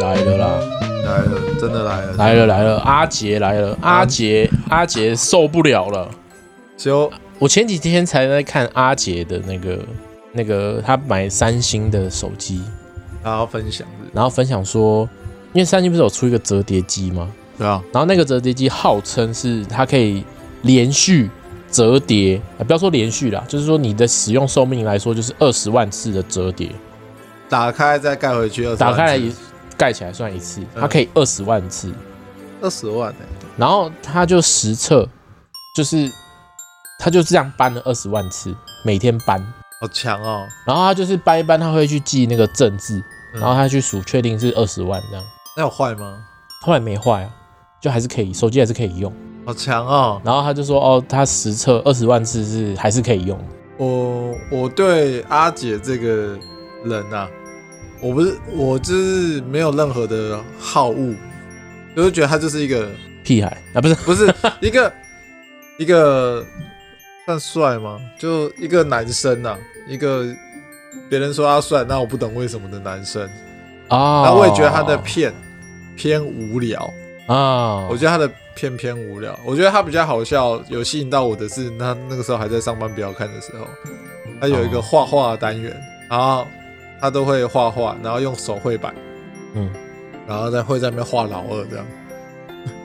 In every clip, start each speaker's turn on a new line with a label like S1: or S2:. S1: 来了啦，
S2: 来了，真的来了，
S1: 来了来了，阿杰来了，阿杰阿杰受不了了。
S2: 修
S1: 我前几天才在看阿杰的那个那个，他买三星的手机，
S2: 然后分享日，
S1: 然后分享说，因为三星不是有出一个折叠机吗？
S2: 对啊，
S1: 然后那个折叠机号称是它可以连续折叠，呃不要说连续啦，就是说你的使用寿命来说，就是二十万次的折叠，
S2: 打开再盖回去，
S1: 打开来一盖起来算一次，它可以二十万次。
S2: 二十万欸呢、
S1: 然后他就实测，就是他就这样搬了二十万次，每天搬。
S2: 好强哦！
S1: 然后他就是搬一搬，他会去记那个正字，
S2: 嗯
S1: 然后他去数，确定是二十万这样。
S2: 那有坏吗？
S1: 后来没坏啊，就还是可以，手机还是可以用。
S2: 好强哦！
S1: 然后他就说，哦，他实测二十万次是还是可以用的。
S2: 我我对阿姐这个人啊，我不是我就是没有任何的好恶，就是觉得她就是一个
S1: 屁孩啊，不是
S2: 不是一个一个算帅吗？就一个男生啊，一个别人说他帅，那我不懂为什么的男生，
S1: 啊，
S2: 那我也觉得他的片偏无聊，
S1: 啊，
S2: 我觉得他的片偏无聊，我觉得他比较好笑，有吸引到我的是他那个时候还在上班不要看的时候，他有一
S1: 哦
S2: 个画画的单元，然后他都会画画，然后用手绘板，
S1: 嗯，
S2: 然后再会在那边画老二这样，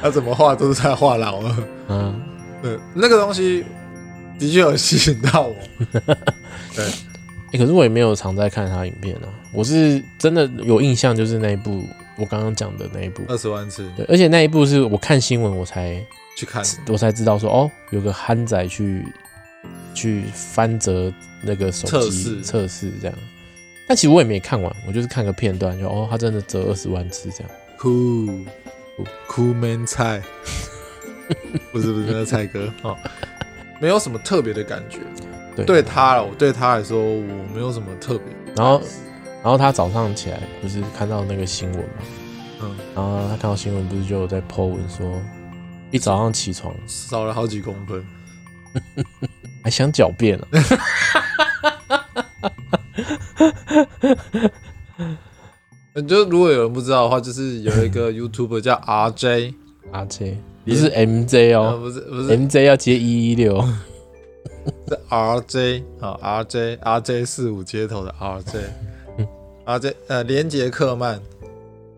S2: 他怎么画都是在画老二，
S1: 嗯，
S2: 对，那个东西的确有吸引到我，
S1: 欸可是我也没有常在看他影片啊，我是真的有印象，就是那一部我刚刚讲的那一部，
S2: 二十万次
S1: 对，而且那一部是我看新闻我才
S2: 去看，
S1: 我才知道说哦，有个憨仔去去翻折那个手
S2: 测
S1: 机
S2: 试
S1: 测试这样，但其实我也没看完，我就是看个片段，就哦，他真的折二十万次这样，
S2: 酷酷 man 菜， 不是不是那菜哥哦，没有什么特别的感觉。
S1: 对
S2: 对他了，我对他来说，我没有什么特别。
S1: 然后然后他早上起来不是看到那个新闻嘛，
S2: 嗯，
S1: 然后他看到新闻不是就有在 po 文说，一早上起床
S2: 少了好几公分，
S1: 还想狡辩啊？
S2: 嗯就如果有人不知道的话，就是有一个 YouTuber 叫 RJ，
S1: 阿 J 不是 MJ
S2: 呃，
S1: 哦
S2: 不是 不是哦
S1: ，MJ 要接一一 六，
S2: 是 RJ 啊，RJ RJ 四五街头的 RJ，
S1: 嗯
S2: RJ 呃连杰克曼，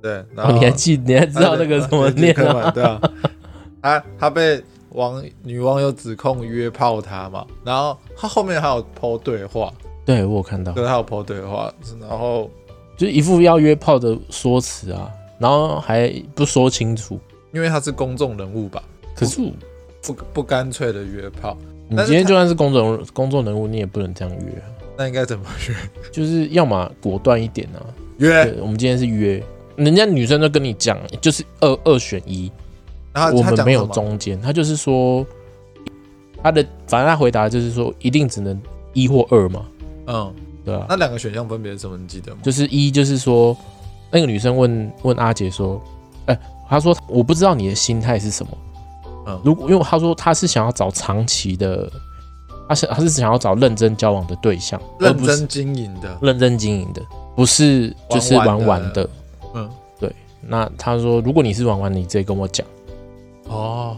S2: 对，然
S1: 哦
S2: 后
S1: 你还记你还知道那个怎 么念
S2: 啊？
S1: 啊？
S2: 对啊，他他被网女网友指控约炮他嘛，然后他后面还有抛对话，
S1: 对我有看到，
S2: 对，他有抛对话，然后
S1: 就是一副要约炮的说辞啊，然后还不说清楚。
S2: 因为他是公众人物吧，
S1: 可是
S2: 不不干脆的约炮，
S1: 你
S2: 但是
S1: 今天
S2: 他
S1: 就算是公众公众人物，你也不能这样约啊，
S2: 那应该怎么
S1: 就是要么果断一点啊。
S2: 约？约，
S1: 对，我们今天是约，人家女生都跟你讲，就是二二选一，
S2: 然后
S1: 我
S2: 啊他
S1: 们
S2: 讲
S1: 没
S2: 什
S1: 有
S2: 么
S1: 中间。他就是说，他的反正他回答就是说，一定只能一或二嘛，
S2: 嗯，
S1: 对啊，
S2: 那两个选项分别是什么？你记得吗？
S1: 就是一就是说，那个女生问问阿杰说，哎、她说我不知道你的心态是什么。
S2: 嗯
S1: 如果因为她说她是想要找长期的，她是她是想要找认真交往的对象，而
S2: 认
S1: 不是
S2: 真经营的，
S1: 认真经营的，不是就是
S2: 玩玩
S1: 玩玩的。
S2: 的嗯，
S1: 那她说，如果你是玩玩，你直接跟我讲。
S2: 哦，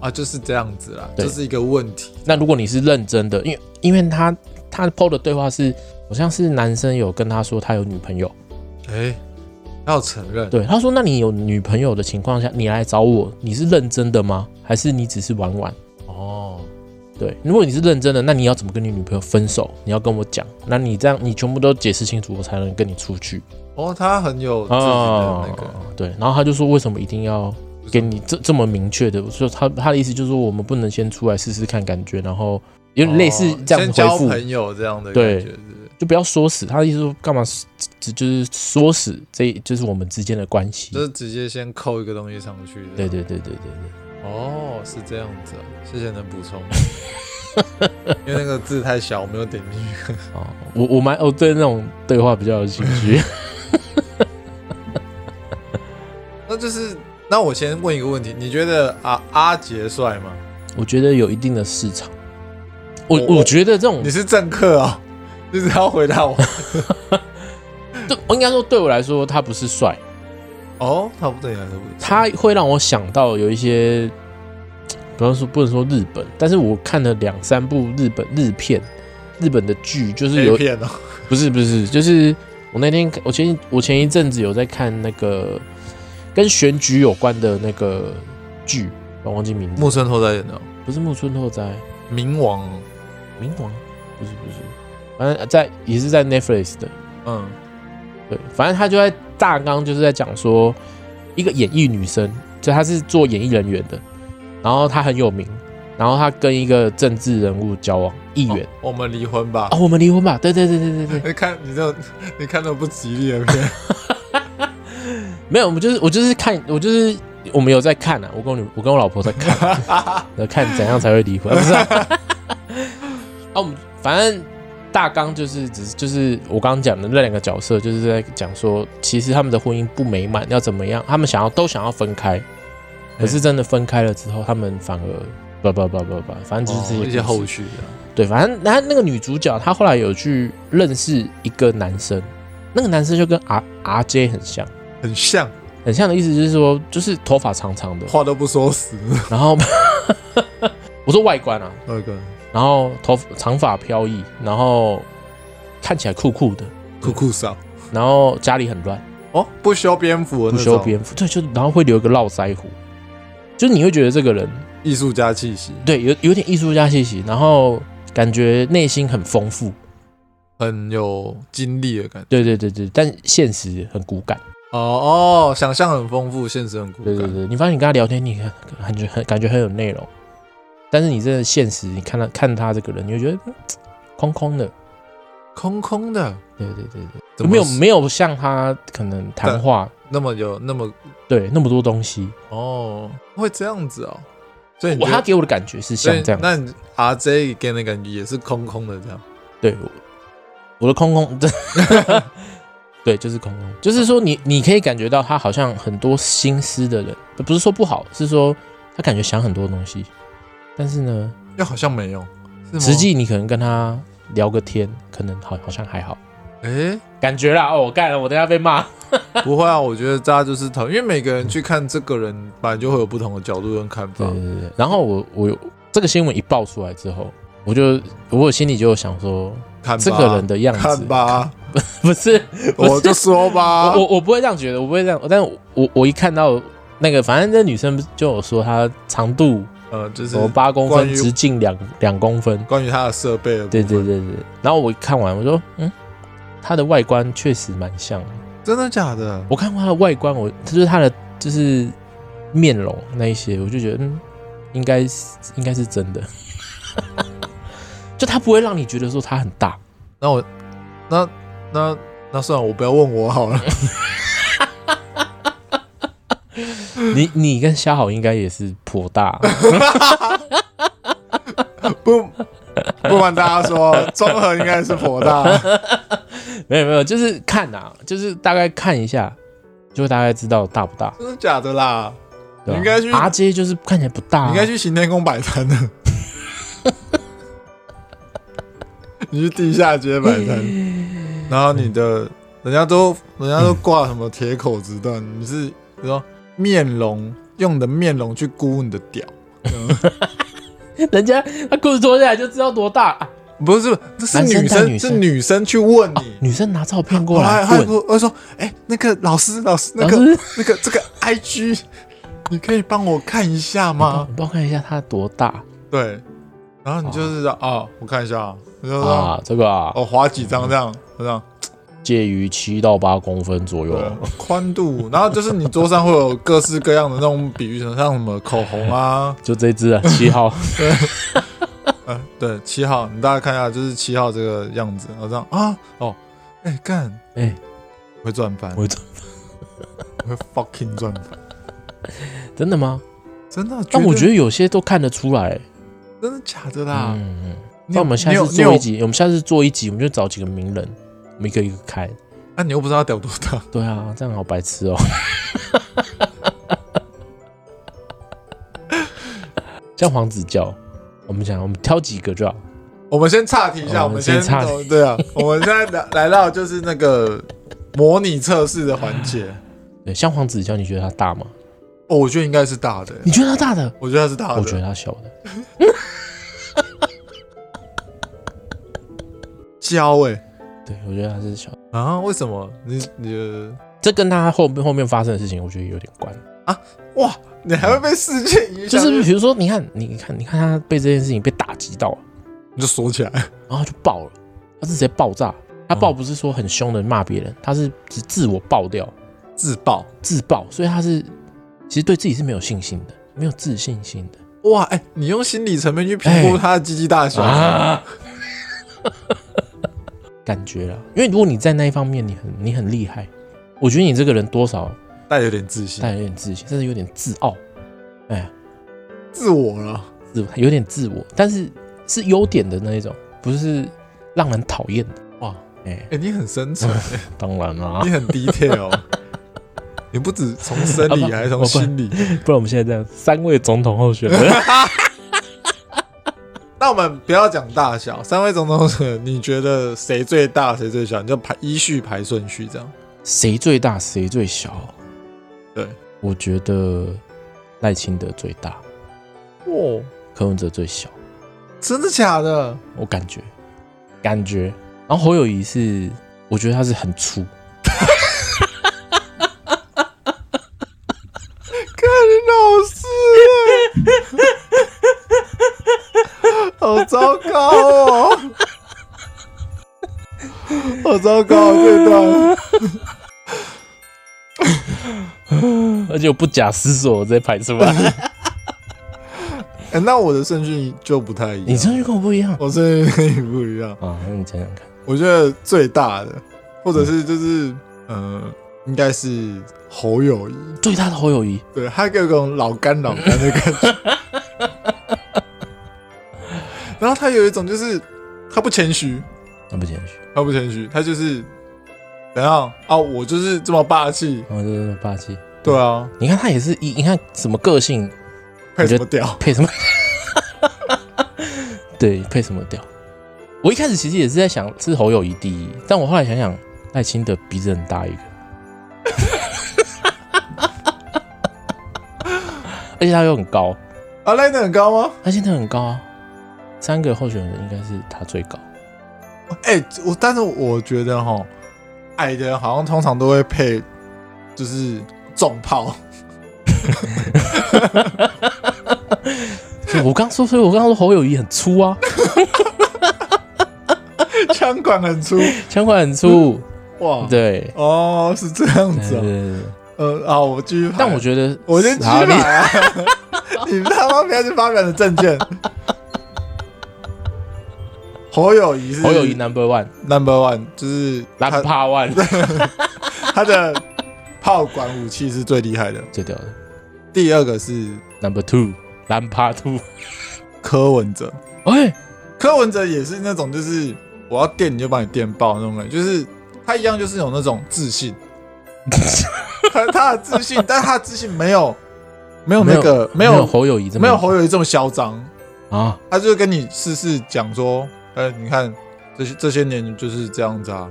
S2: 啊，就是这样子啦，
S1: 对
S2: 这是一个问题，
S1: 那如果你是认真的，因为因为她她 PO 的对话是好像是男生有跟她说他有女朋友，
S2: 哎，要承认，
S1: 对，他说：“那你有女朋友的情况下，你来找我，你是认真的吗？还是你只是玩玩？
S2: 哦，
S1: 对，如果你是认真的，那你要怎么跟你女朋友分手？你要跟我讲。那你这样，你全部都解释清楚，我才能跟你出去
S2: 哦，他很有自己的
S1: 啊
S2: 那个。
S1: 对，然后他就说：为什么一定要给你这这么明确的？说他他的意思就是说，我们不能先出来试试看感觉，然后有点类似这样
S2: 哦
S1: 子
S2: 先
S1: 回
S2: 交
S1: 复，
S2: 朋友这样的感
S1: 对
S2: 觉，是不是
S1: 就不要说死。他的意思说干嘛死？只就是说死，这就是我们之间的关系。
S2: 就是直接先扣一个东西上去的。
S1: 对对对对对对，
S2: 哦，是这样子、哦，谢谢能补充， 因为那个字太小，我没有点进去。
S1: 哦，我我蛮我对那种 对话比较有兴趣。
S2: 那就是那我先问一个问题，你觉得啊阿杰帅吗？
S1: 我觉得有一定的市场。我
S2: 我
S1: 我觉得这种
S2: 你是政客啊、哦， 你只要回答我。
S1: 对，我应该说对我来说，他不是帅，
S2: 哦，他不对啊，他不对，
S1: 他会让我想到有一些，比方说不能说日本，但是我看了两三部日本日片，日本的剧，就是有
S2: A 片哦，
S1: 不是不是，就是我那天我前我前一阵子有在看那个跟选举有关的那个剧，我忘记名字，
S2: 木村拓哉演的哦
S1: 不是木村拓哉，
S2: 冥王哦，
S1: 冥王，不是不是，反正在也是在 Netflix 的，
S2: 嗯，
S1: 对，反正他就在大纲就是在讲说一个演艺女生，就她是做演艺人员的，然后她很有名，然后她跟一个政治人物交往，议员
S2: 哦我们离婚吧
S1: 啊、。我们离婚吧，对对对对对对，
S2: 你看你这种，你看那种不吉利的片，
S1: 没有，我们就是我就是看我就是我们有在看啊，我跟我女我跟我老婆在看， 在看怎样才会离婚，不是啊？ 啊，我们反正大纲就是只是就是我刚刚讲的那两个角色，就是在讲说，其实他们的婚姻不美满，要怎么样？他们想要都想要分
S2: 哎
S1: 开，可是真的分开了之后，他们反而不不不 不不，反正就是这
S2: 哦一
S1: 些
S2: 些
S1: 故事
S2: 后续的。
S1: 对，反正然后那个女主角她后来有去认识一个男生，那个男生就跟 R R J 很像。
S2: 很像，
S1: 很像的意思就是说，就是头发长长的，
S2: 话都不说死。
S1: 然后 我说外观啊，
S2: 那个
S1: 然后头发长发飘逸，然后看起来酷酷的，
S2: 酷酷嫂
S1: 然后家里很乱，
S2: 哦，不修边幅的
S1: 不
S2: 那
S1: 修
S2: 种
S1: 边幅，对，就然后会留一个络腮胡，就是你会觉得这个人
S2: 艺术家气息，
S1: 对有有点艺术家气息，然后感觉内心很丰富，
S2: 很有经历的感觉。
S1: 对对对对，但现实很骨感，
S2: 哦哦，想象很丰富，现实很骨
S1: 对对
S2: 感。
S1: 对，你发现你跟他聊天，你看感觉很感觉很有内容，但是你真的现实，你看他看他这个人，你会觉得嗯空空的。
S2: 空空的，
S1: 对对对对，
S2: 怎么
S1: 没有没有像他可能谈话
S2: 那么有那么
S1: 对那么多东西，
S2: 哦，会这样子哦。所以你
S1: 我
S2: 觉
S1: 他
S2: 得，
S1: 给我的感觉是
S2: 所以
S1: 像这样，
S2: 那你 RJ 给你的感觉也是空空的这样。
S1: 对我我的空空， 对对，就是空空，就是说你你可以感觉到他好像很多心思的人，不是说不好，是说他感觉想很多东西，但是呢，
S2: 又好像没有，是吗
S1: 实际你可能跟他聊个天，可能好好像还好，
S2: 诶，
S1: 感觉啦，哦，我干了，我等下被骂，
S2: 不会啊，我觉得大家就是讨，因为每个人去看这个人，本来就会有不同的角度跟看
S1: 对。
S2: 法
S1: 对对对，然后我我有这个新闻一爆出来之后，我就我心里就有想说，
S2: 看吧
S1: 这个人的样子
S2: 看，吧，
S1: 不是
S2: 我就说吧，
S1: 我我不会这样觉得，我不会这样，但我我我一看到那个，反正那女生就有说她长度
S2: 呃，就是
S1: 什么八公
S2: 关
S1: 分，
S2: 于
S1: 直径两两公分，
S2: 关于他的设备的部分
S1: 对对，对对，然后我一看完我说，嗯，她的外观确实蛮像的，
S2: 真的假的？
S1: 我看过她的外观，我就是她的就是面容那一些，我就觉得嗯，应该是应该是真的， 就她不会让你觉得说她很大。
S2: 那我那那那算了，我不要问我好 了。嗯
S1: 你你跟虾好应该也是颇大，
S2: 不不瞒大家说，综合应该是颇 大。
S1: 没有没有，就是看啊，就是大概看一下，就大概知道大不大。
S2: 真的假的啦？
S1: 对吧
S2: 你应该去
S1: R J 就是看起来不大啊、
S2: 你应该去行天宫 摆摊的，你去地下街摆 摊，然后你的人家都人家都挂什么铁口直断，你是你说面容用你的面容去估你的屌，
S1: 人家他裤子脱下来就知道多大、啊
S2: 不是这是
S1: 男生
S2: 女
S1: 带
S2: 生
S1: 女
S2: 是
S1: 生
S2: 女生去问你。
S1: 女生拿照片过
S2: 我还
S1: 来
S2: 啊还
S1: 问，
S2: 我我说，哎、那个老师，老师，那
S1: 老
S2: 个
S1: 师
S2: 那个这个 I G，你可以帮我看一下吗？
S1: 你帮我看一下他多大
S2: 对，然后你就是说啊、我看一下啊，你就说、
S1: 啊？这个啊，
S2: 哦，划几张这样，这样，
S1: 介于七到八公分左右
S2: 对，，啊宽度，然后就是你桌上会有各式各样的那种比喻，像什么口红啊，
S1: 就这只啊，七 号。
S2: 呃，对，七号，你大家看一下，就是七号这个样子，然后这样啊，哦，哎、干，
S1: 哎、
S2: 会转翻，
S1: 我这
S2: 会 fucking 转翻，
S1: 真的吗？
S2: 真的，
S1: 但我觉
S2: 得
S1: 得有些都看得出来、
S2: 真的假的啦，
S1: 嗯嗯，
S2: 你
S1: 那
S2: 有
S1: 我们下
S2: 啊你有
S1: 次
S2: 你有
S1: 做一集，我们下次做一集，我们就找几个名人，我们一个一个开。
S2: 啊那、你又不知道他屌多大，
S1: 对啊，这样好白痴哦。 像黄子佼，我们讲我们挑几个就好。
S2: 我们先岔题一下，
S1: 哦
S2: 我们先
S1: 先岔题
S2: 走 对啊，我们现在来来到就是那个模拟测试的环节。
S1: 对，像黄子佼，你觉得他大吗？
S2: 哦，我觉得应该是大的欸、
S1: 你觉得他大的？
S2: 我觉得它是大的。
S1: 我觉得他小的。
S2: 胶哎、
S1: 对，我觉得他是小的。
S2: 啊？为什么？你你呃觉得
S1: 这跟他后面后面发生的事情，我觉得有点关。
S2: 哇？你还会被事件影
S1: 就
S2: 响？
S1: 是比如说，你看，你看，你看他被这件事情被打击到了，
S2: 你就锁起来。
S1: 然后他就爆了，他是直接爆炸。他爆不是说很凶的骂别人，他是只自我爆掉、
S2: 自爆
S1: 自爆，所以他是其实对自己是没有信心的，没有自信心的。
S2: 哇！哎、你用心理层面去评估
S1: 哎
S2: 它的鸡鸡大小，
S1: 啊， 感觉啦，因为如果你在那一方面你很你很厉害，我觉得你这个人多少
S2: 带有点自信
S1: 带，有点自信，甚至有点自傲，哎，
S2: 自我了。
S1: 自有点自我，但是是优点的那一种，不是让人讨厌的哇，哎
S2: 哎、，你很深沉、
S1: 啊
S2: 欸，
S1: 当然啦
S2: 你，很 detail，你不止从生理，
S1: 啊不
S2: 还从心理。
S1: 不然我们现在这样，三位总统候选 人，
S2: 那我们不要讲大小，三位总统选，你觉得谁最大，谁最小？你就排依序排顺序这样。
S1: 谁最大谁最小？
S2: 对，
S1: 我觉得赖清德最大，
S2: 哇，
S1: 柯文哲最小。
S2: 真的假的？
S1: 我感觉，感觉。然后侯友谊是，我觉得他是很粗，
S2: 看老师、欸， 好糟糕哦， 好糟糕、这段。
S1: 而且我不假思索，我直接排出来。
S2: 哎、那我的顺序就不太一样，
S1: 你真的跟我不一样
S2: 我顺序跟你不一样。
S1: 啊？那你想想看，
S2: 我觉得最大的，或者是就是，嗯、呃，应该是侯友谊，
S1: 最大的侯友谊，
S2: 对他给我一种老干老干的感觉。 然后他有一种就是他不谦虚，
S1: 那不谦虚，
S2: 他不谦虚，他就是怎样啊？我就是这么霸气，
S1: 然后就是这么霸气。
S2: 对啊，
S1: 你看他也是一，你看什么个性
S2: 配什么屌？
S1: 配什么， 对，配什么调。我一开始其实也是在想是侯友谊第一，但我后来想想，赖清德鼻子很大一个， 而且他又很高。
S2: 啊，赖的很高吗？
S1: 他现在很高啊，三个候选人应该是他最高。
S2: 哎、我但是我觉得哈，矮的人好像通常都会配就是重炮，
S1: 所以我刚说，所以我刚刚说侯友谊很粗啊，
S2: 枪管很粗，
S1: 枪管很 粗，
S2: 哇，
S1: 对，
S2: 哦，是这样子
S1: 对对
S2: 哦，
S1: 对对
S2: 呃啊，我继续排，
S1: 但我觉得，
S2: 我先继续
S1: 好
S2: 排
S1: 你
S2: 啊， 你他妈不要去发表你的证件。侯友谊是
S1: 侯友谊 number one，
S2: number one，就是
S1: 蓝
S2: 他
S1: 帕 one
S2: 他的炮管武器是最厉害的。
S1: 最屌的
S2: 第二个是
S1: number two，蓝帕 two，
S2: 柯文哲，
S1: 哎，
S2: 柯文哲也是那种就是我要电你就把你电爆那种感觉，就是他一样就是有那种自信， 他他的自信，但他的自信没有没有那个没有
S1: 侯友谊这么
S2: 没有侯友谊这么嚣张，
S1: 啊，
S2: 他就是跟你事事讲说，呃，你看这些这些年就是这样子啊，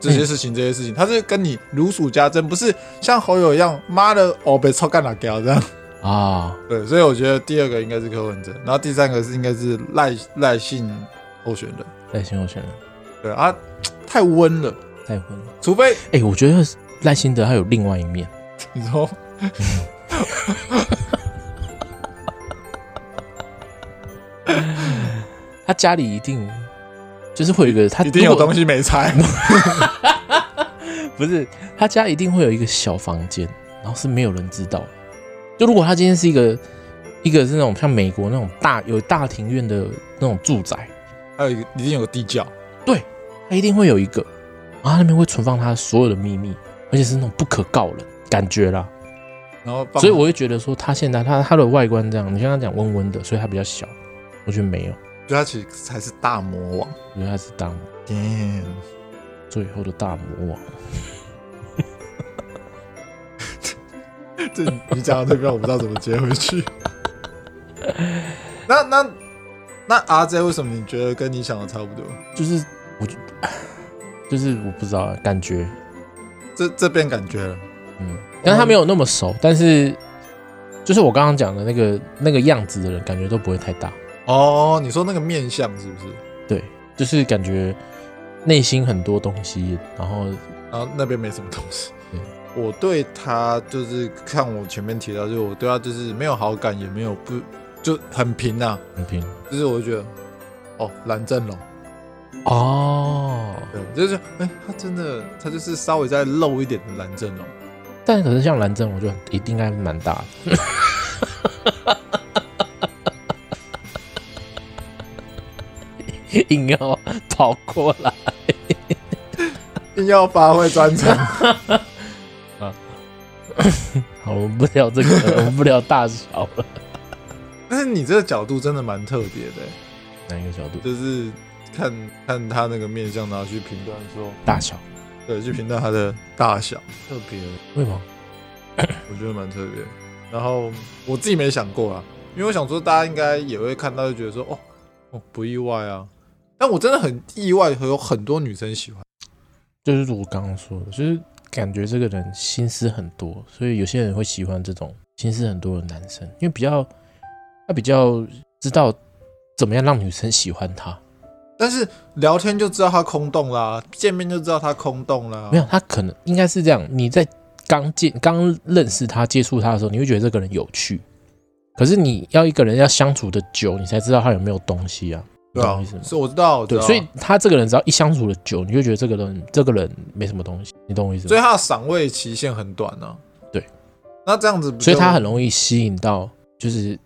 S2: 这些事情、这些事情，他是跟你如数家珍，不是像侯友一样，妈的哦被臭干哪给啊这样。
S1: 啊，
S2: 对，所以我觉得第二个应该是柯文哲，然后第三个是应该是赖赖姓候选人。
S1: 赖清候选人
S2: 对啊，太温了，
S1: 再婚了，
S2: 除非
S1: 哎，我觉得赖清德他有另外一面，
S2: 你说
S1: 他家里一定就是会有一个他
S2: 一定有
S1: 如果
S2: 东西没拆，
S1: 不是，他家一定会有一个小房间，然后是没有人知道的。就如果他今天是一个一个是那种像美国那种大有大庭院的那种住宅，
S2: 还有一个一定有个地窖，
S1: 他一定会有一个，然后他那边会存放他所有的秘密，而且是那种不可告人感觉啦。
S2: 然后放
S1: 所以我会觉得说，他现在他他的外观这样，你像他讲温温的，所以他比较小，我觉得没有，
S2: 觉得他其实才是大魔王。
S1: 我觉得他是当
S2: Damn，
S1: 最后的大魔王。
S2: 这你讲到这边，我不知道怎么接回去。那那那 RJ 为什么你觉得跟你想的差不多？
S1: 就是我就就是我不知道，感觉
S2: 这这变感觉了，
S1: 嗯，但他没有那么熟，但是就是我刚刚讲的那个那个样子的人，感觉都不会太大，
S2: 哦，你说那个面相是不是？
S1: 对，就是感觉内心很多东西，然后
S2: 然后那边没什么东西
S1: 对。
S2: 我对他就是看我前面提到，就是我对他就是没有好感，也没有不就很平啊，
S1: 很平
S2: 就是我就觉得哦，蓝正龙，
S1: 哦，
S2: 对，就是哎、他真的他就是稍微再露一点的蓝正龙，
S1: 但可是像蓝正，我就一定应该蛮大的，硬要跑过来。
S2: 硬要发挥专长。
S1: 好，我们不聊这个，我们不聊大小了。
S2: 但是你这个角度真的蛮特别的、
S1: 哪一个角度？
S2: 就是看看他那个面相，然后去评断说，
S1: 大小？
S2: 对，去评断他的大小，特别，
S1: 为什么？
S2: 我觉得蛮特别。然后我自己没想过啊，因为我想说大家应该也会看到，就觉得说，哦，哦，不意外啊。但我真的很意外，有很多女生喜欢。
S1: 就是我刚刚说的，就是感觉这个人心思很多，所以有些人会喜欢这种心思很多的男生，因为比较他比较知道怎么样让女生喜欢他。
S2: 但是聊天就知道他空洞啦，见面就知道他空洞啦
S1: 没。有，他可能应该是这样：你在刚见、刚认识他、接触他的时候，你会觉得这个人有趣。可是你要一个人要相处的久，你才知道他有没有东西啊。你
S2: 对
S1: 懂
S2: 啊
S1: 我意思吗，
S2: 是我知道，我知
S1: 对，
S2: 道啊
S1: 所以他这个人只要一相处的久，你就觉得这个人这个人没什么东西，你懂我意思
S2: 所以
S1: 吗？
S2: 他的赏味期限很短啊。
S1: 对，
S2: 那这样子不就，
S1: 所以他很容易吸引到就是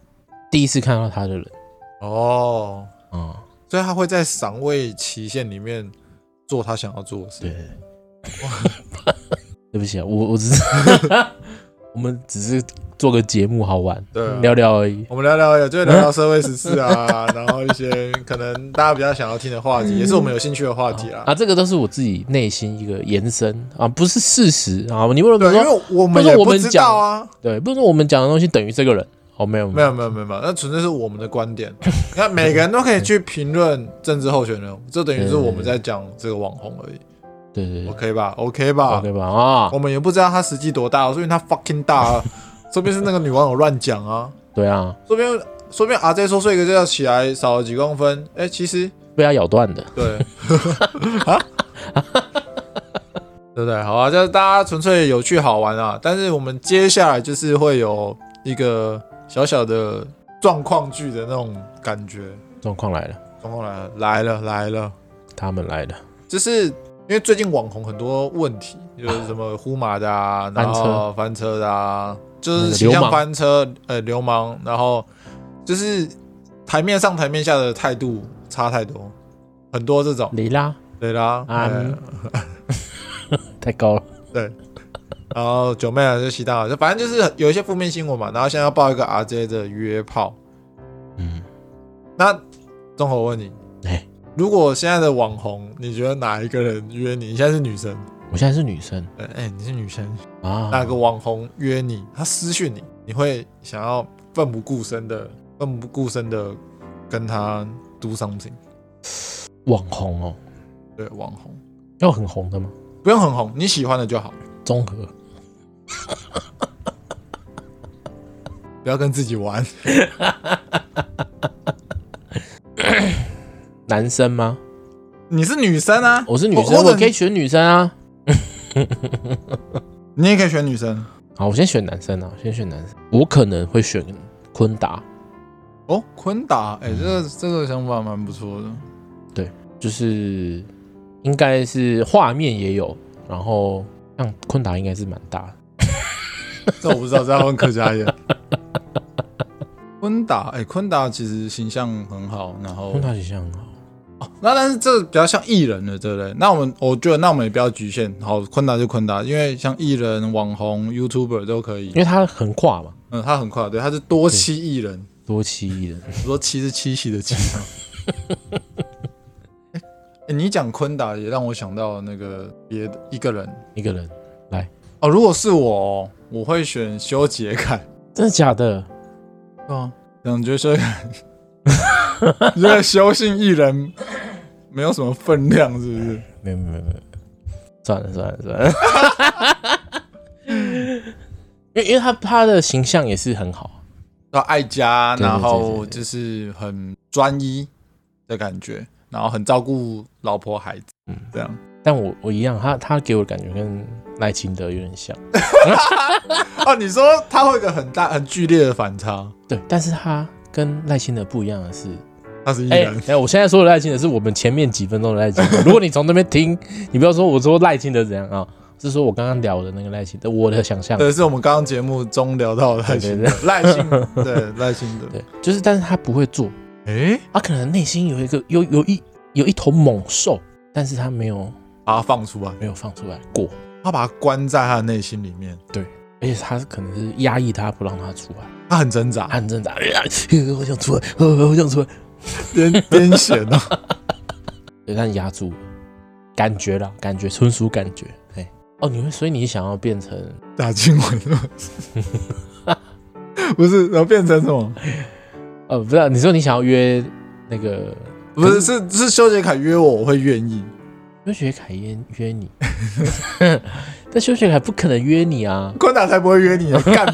S1: 第一次看到他的人
S2: 哦，
S1: 啊、
S2: 所以他会在赏味期限里面做他想要做的事。
S1: 对， 对不起啊，我我 只是我们只是做个节目好玩
S2: 对啊
S1: 聊聊而已，
S2: 我们聊聊，也就聊聊社会时 事啊，然后一些可能大家比较想要听的话题，
S1: 嗯
S2: 也是我们有兴趣的话题啦。
S1: 啊，这个都是我自己内心一个延伸啊，不是事实啊，你不能
S2: 对，因
S1: 说
S2: 为我们
S1: 不
S2: 也
S1: 是我
S2: 不
S1: 们
S2: 知道啊，
S1: 对，不能说我们讲的东西等于这个人哦，没有
S2: 没有没有没有没有，那纯粹是我们的观点。 你看，每个人都可以去评论政治候选人，这等于是我们在讲这个网红而已
S1: 对嗯对对
S2: ，OK 吧？OK 吧？
S1: ，OK 吧啊
S2: 我，们也不知道他实际多大，说不定他 fucking 大 啊，说不定是那个女网友乱讲啊，
S1: 对啊，
S2: 说不定说不定 RJ 说睡一个觉起来少了几公分，哎、其实
S1: 被他咬断的，
S2: 对， 啊，对不对？好啊，就是大家纯粹有趣好玩啊。但是我们接下来就是会有一个小小的状况剧的那种感觉。
S1: 状况来了，
S2: 状况来了，来了，来了，
S1: 他们来了，
S2: 就是因为最近网红很多问题，就是什么呼麻的啊，
S1: 嗯翻
S2: 然
S1: 车
S2: 后翻车的啊，就是
S1: 那个
S2: 形
S1: 流
S2: 象
S1: 氓
S2: 翻车，呃，流氓，然后就是台面上台面下的态度差太多，很多这种。
S1: 雷拉
S2: 对啦，
S1: 啊
S2: 哎
S1: 太高了，
S2: 然后九妹啊，就西大，就反正就是有一些负面新闻嘛。然后现在要报一个 RJ 的约炮。
S1: 嗯，
S2: 那综合我问你，
S1: 哎
S2: 如果现在的网红，你觉得哪一个人约你？你现在是女生，
S1: 我现在是女生
S2: 哎、哎你是女生，
S1: 啊，
S2: 哪个网红约你，他私讯你，你会想要奋不顾身的、奋不顾身的跟他 do something？
S1: 网红哦，
S2: 对，网红
S1: 要很红的吗？
S2: 不用很红，你喜欢的就好，
S1: 综合
S2: 不要跟自己玩。
S1: 男生吗？
S2: 你是女生啊，
S1: 我是女
S2: 或
S1: 生，
S2: 或
S1: 我
S2: 者
S1: 可以选女生啊。
S2: 你也可以选女生。
S1: 好，我先选男生啊，我先选男生。我可能会选昆达，
S2: 哦，昆达，哎、这个这个想法蛮不错的。
S1: 就是应该是画面也有，然后像昆达应该是蛮大的。
S2: 这我不知道，这要问客家人。昆达，哎、昆达其实形象很好，然后
S1: 昆达形象很好，
S2: 那但是这比较像艺人了，对不对？那我们我觉得那我们也不要局限，好，昆达就昆达，因为像艺人、网红、YouTuber 都可以
S1: 因。为他横跨嘛，
S2: 嗯，他很快，对，他是多栖艺人，
S1: 多栖艺人。
S2: 我说栖是栖息的栖。 哎、你讲昆达也让我想到那个别的一个人
S1: 一个人，
S2: 哦，如果是我哦，我会选修杰楷。
S1: 真的假的？
S2: 啊，感觉修杰楷 你觉得修行艺人没有什么分量，是不是？
S1: 没有没有没有没有，算了算了算了， 因为因为他他的形象也是很好，啊
S2: 要爱家，
S1: 对对对
S2: 然后就是很专一的感觉，然后很照顾老婆孩子，
S1: 嗯
S2: 这样。
S1: 但我我一样，他他给我的感觉跟赖清德有点像，
S2: 哦，你说他会有一个很大、很剧烈的反差，
S1: 对，但是他跟赖清德不一样的是，
S2: 他是艺
S1: 哎、
S2: 人，
S1: 哎，我现在说的赖清德是我们前面几分钟的赖清德。如果你从那边听，你不要说我说赖清德怎样啊、是说我刚刚聊的那个赖清德，我的想象。
S2: 对，是我们刚刚节目中聊到的赖幸德，赖幸德，对赖幸德，
S1: 对，就是，但是他不会做，
S2: 哎，
S1: 他可能内心有一个有有一有一头猛兽，但是他没有
S2: 把他放出来，
S1: 没有放出来过，
S2: 他把他关在他的内心里面，
S1: 而且他可能是压抑他不让他出来，
S2: 他很挣扎
S1: 他，很挣扎，呃 我想出来，呃我想出来，
S2: 癫癫痫啊。
S1: 对，但压住了，感觉了，感觉纯属感觉，哎，哦，你会，所以你想要变成
S2: 打经文了， 不是，然后变成什么？
S1: 呃，不是啊、你说你想要约那个
S2: 不是，是是修杰楷约我，我会愿意。
S1: 修学凯约约 你， 但修学凯不可能约你啊！
S2: 坤达才不会约 你啊干，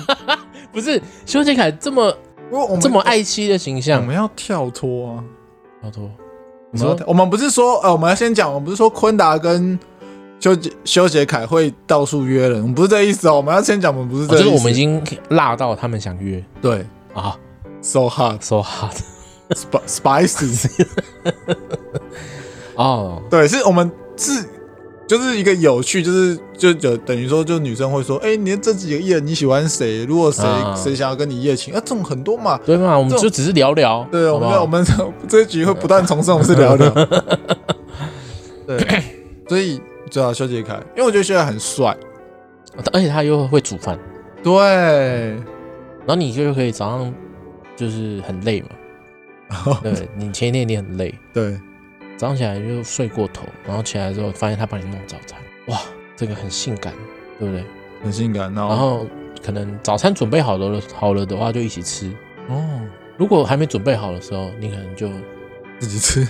S1: 不是修学凯这么
S2: 因为我们
S1: 这么，爱妻的形
S2: 我
S1: 象，
S2: 们要跳脱啊！
S1: 小托，
S2: 我
S1: 你
S2: 们
S1: 说
S2: 要跳我们不是说呃，我们要先讲，我们不是说坤达跟修杰修杰楷会到处约人，我们不是这意思哦。我们要先讲，我们不是
S1: 哦
S2: 这
S1: 这
S2: 个
S1: 个
S2: 意
S1: 我
S2: 思
S1: 们已经辣到他们想约
S2: 对
S1: 啊
S2: ，so hot
S1: ，so hard
S2: sp- spicy，
S1: 哦，
S2: 对，是我们是就是一个有趣，就是就有等于说，就女生会说，哎、你这几个艺人你喜欢谁？如果谁
S1: 啊
S2: 谁、想要跟你一夜情，啊，这种很多嘛。
S1: 对嘛，我们
S2: 这种
S1: 就只是聊聊，
S2: 对，
S1: 好
S2: 我
S1: 不
S2: 们
S1: 好
S2: 我们 这一局会不断重申，我们是聊聊。对，所以啊最好修杰楷，因为我觉得修杰楷很帅。
S1: 而且他又会煮饭，
S2: 对，
S1: 然后你就可以早上就是很累嘛，对你前一天你很累，
S2: 对，
S1: 早上起来就睡过头，然后起来之后发现他帮你弄早餐，哇，这个很性感，对不对？
S2: 很性感。然
S1: 然
S2: 后
S1: 后可能早餐准备好了好了的话就一起吃，
S2: 哦，
S1: 如果还没准备好的时候，你可能就
S2: 自己吃。